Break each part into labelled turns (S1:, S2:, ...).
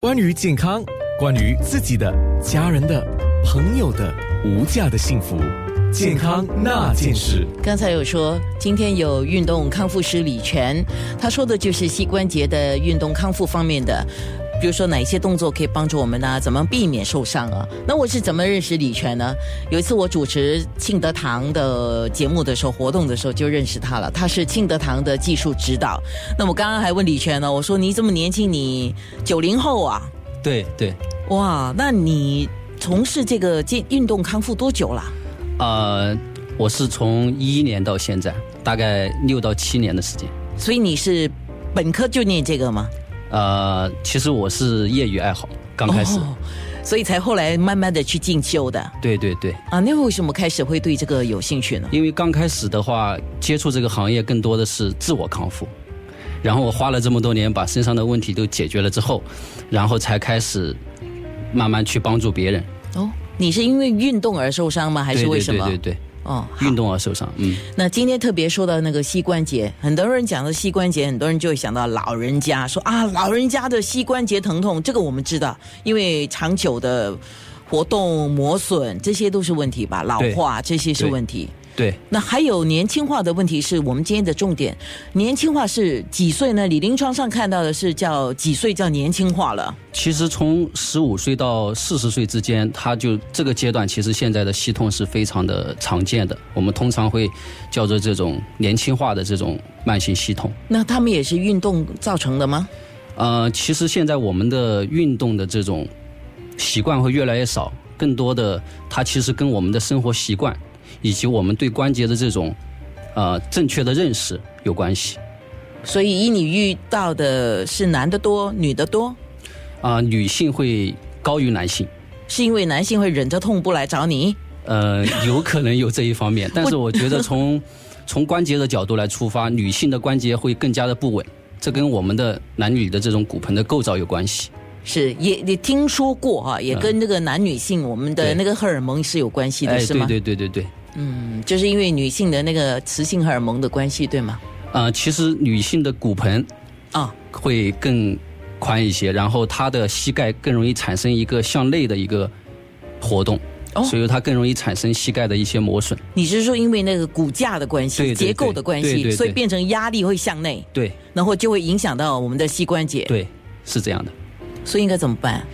S1: 关于健康，关于自己的、家人的、朋友的无价的幸福，健康那件事。
S2: 刚才有说，今天有运动康复师李泉，他说的就是膝关节的运动康复方面的，比如说哪一些动作可以帮助我们呢、怎么避免受伤啊？那我是怎么认识李泉呢？有一次我主持庆德堂的节目的时候，活动的时候就认识他了。他是庆德堂的技术指导。那我刚刚还问李泉呢，我说你这么年轻，你九零后啊？
S3: 对对，
S2: 哇，那你从事这个健运动康复多久了？
S3: 呃，我是从一一年到现在，大概六到七年的时间。
S2: 所以你是本科就念这个吗？
S3: 呃，其实我是业余爱好，刚开始。
S2: 哦，所以才后来慢慢的去进修的
S3: 对对对，
S2: 啊。那为什么开始会对这个有兴趣呢？
S3: 因为刚开始的话，接触这个行业更多的是自我康复。然后我花了这么多年把身上的问题都解决了之后，然后才开始慢慢去帮助别人。
S2: 哦，你是因为运动而受伤吗？还是
S3: 对
S2: 为什么？
S3: 对对对
S2: 哦，好
S3: 对，运动而受伤。嗯，
S2: 那今天特别说到那个膝关节，很多人讲到膝关节，很多人就会想到老人家说啊，老人家的膝关节疼痛，这个我们知道，因为长久的活动磨损，这些都是问题吧，老
S3: 对
S2: 化这些是
S3: 对
S2: 问题。
S3: 对。
S2: 那还有年轻化的问题是我们今天的重点。年轻化是几岁呢？你临床上看到的是叫几岁叫年轻化了？
S3: 其实从十五岁到四十岁之间，它就这个阶段，其实现在的膝痛是非常的常见的。我们通常会叫做这种年轻化的这种慢性膝痛。
S2: 那他们也是运动造成的吗？
S3: 呃，其实现在我们的运动的这种习惯会越来越少，更多的它其实跟我们的生活习惯以及我们对关节的这种呃正确的认识有关系。
S2: 所以以你遇到的是男的多，女的多，
S3: 啊、女性会高于男性。
S2: 是因为男性会忍着痛不来找你？
S3: 呃，有可能有这一方面，但是我觉 得从从关节的角度来出发，女性的关节会更加的不稳，这跟我们的男女的这种骨盆的构造有关系。
S2: 是，也也听说过哈、也跟那个男女性我们的
S3: 嗯对
S2: 那个荷尔蒙是有关系的，
S3: 哎，
S2: 是
S3: 对
S2: 吗？
S3: 对对对对。
S2: 嗯，就是因为女性的那个雌性荷尔蒙的关系，对吗？
S3: 呃，其实女性的骨盆
S2: 啊、
S3: 会更宽一些，然后她的膝盖更容易产生一个向内的一个活动，
S2: 哦
S3: 所以她更容易产生膝盖的一些磨损。
S2: 你是说因为那个骨架的关系、
S3: 对对对
S2: 结构的关系，
S3: 对对对
S2: 所以变成压力会向内，
S3: 对
S2: 然后就会影响到我们的膝关节。，
S3: 对，是这样的。
S2: 所以应该怎么办？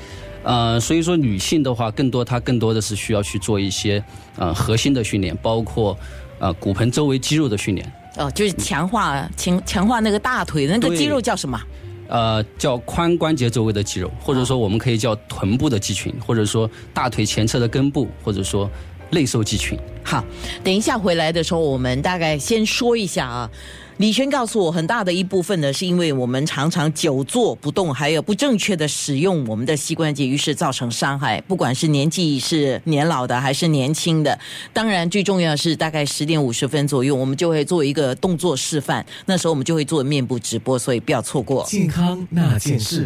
S3: 呃，所以说女性的话，更多她更多的是需要去做一些呃核心的训练，包括呃骨盆周围肌肉的训练，
S2: 哦，就是强化强强化那个大腿那个
S3: 对
S2: 肌肉叫什么？
S3: 呃叫髋关节周围的肌肉，或者说我们可以叫臀部的肌群，或者说大腿前侧的根部，或者说内收肌群。
S2: 好，等一下回来的时候，我们大概先说一下啊。李轩告诉我，很大的一部分呢，是因为我们常常久坐不动，还有不正确的使用我们的膝关节，于是造成伤害。不管是年纪是年老的还是年轻的，当然最重要的是大概十点五十分左右，我们就会做一个动作示范，那时候我们就会做面部直播，所以不要错过。
S1: 健康那件事。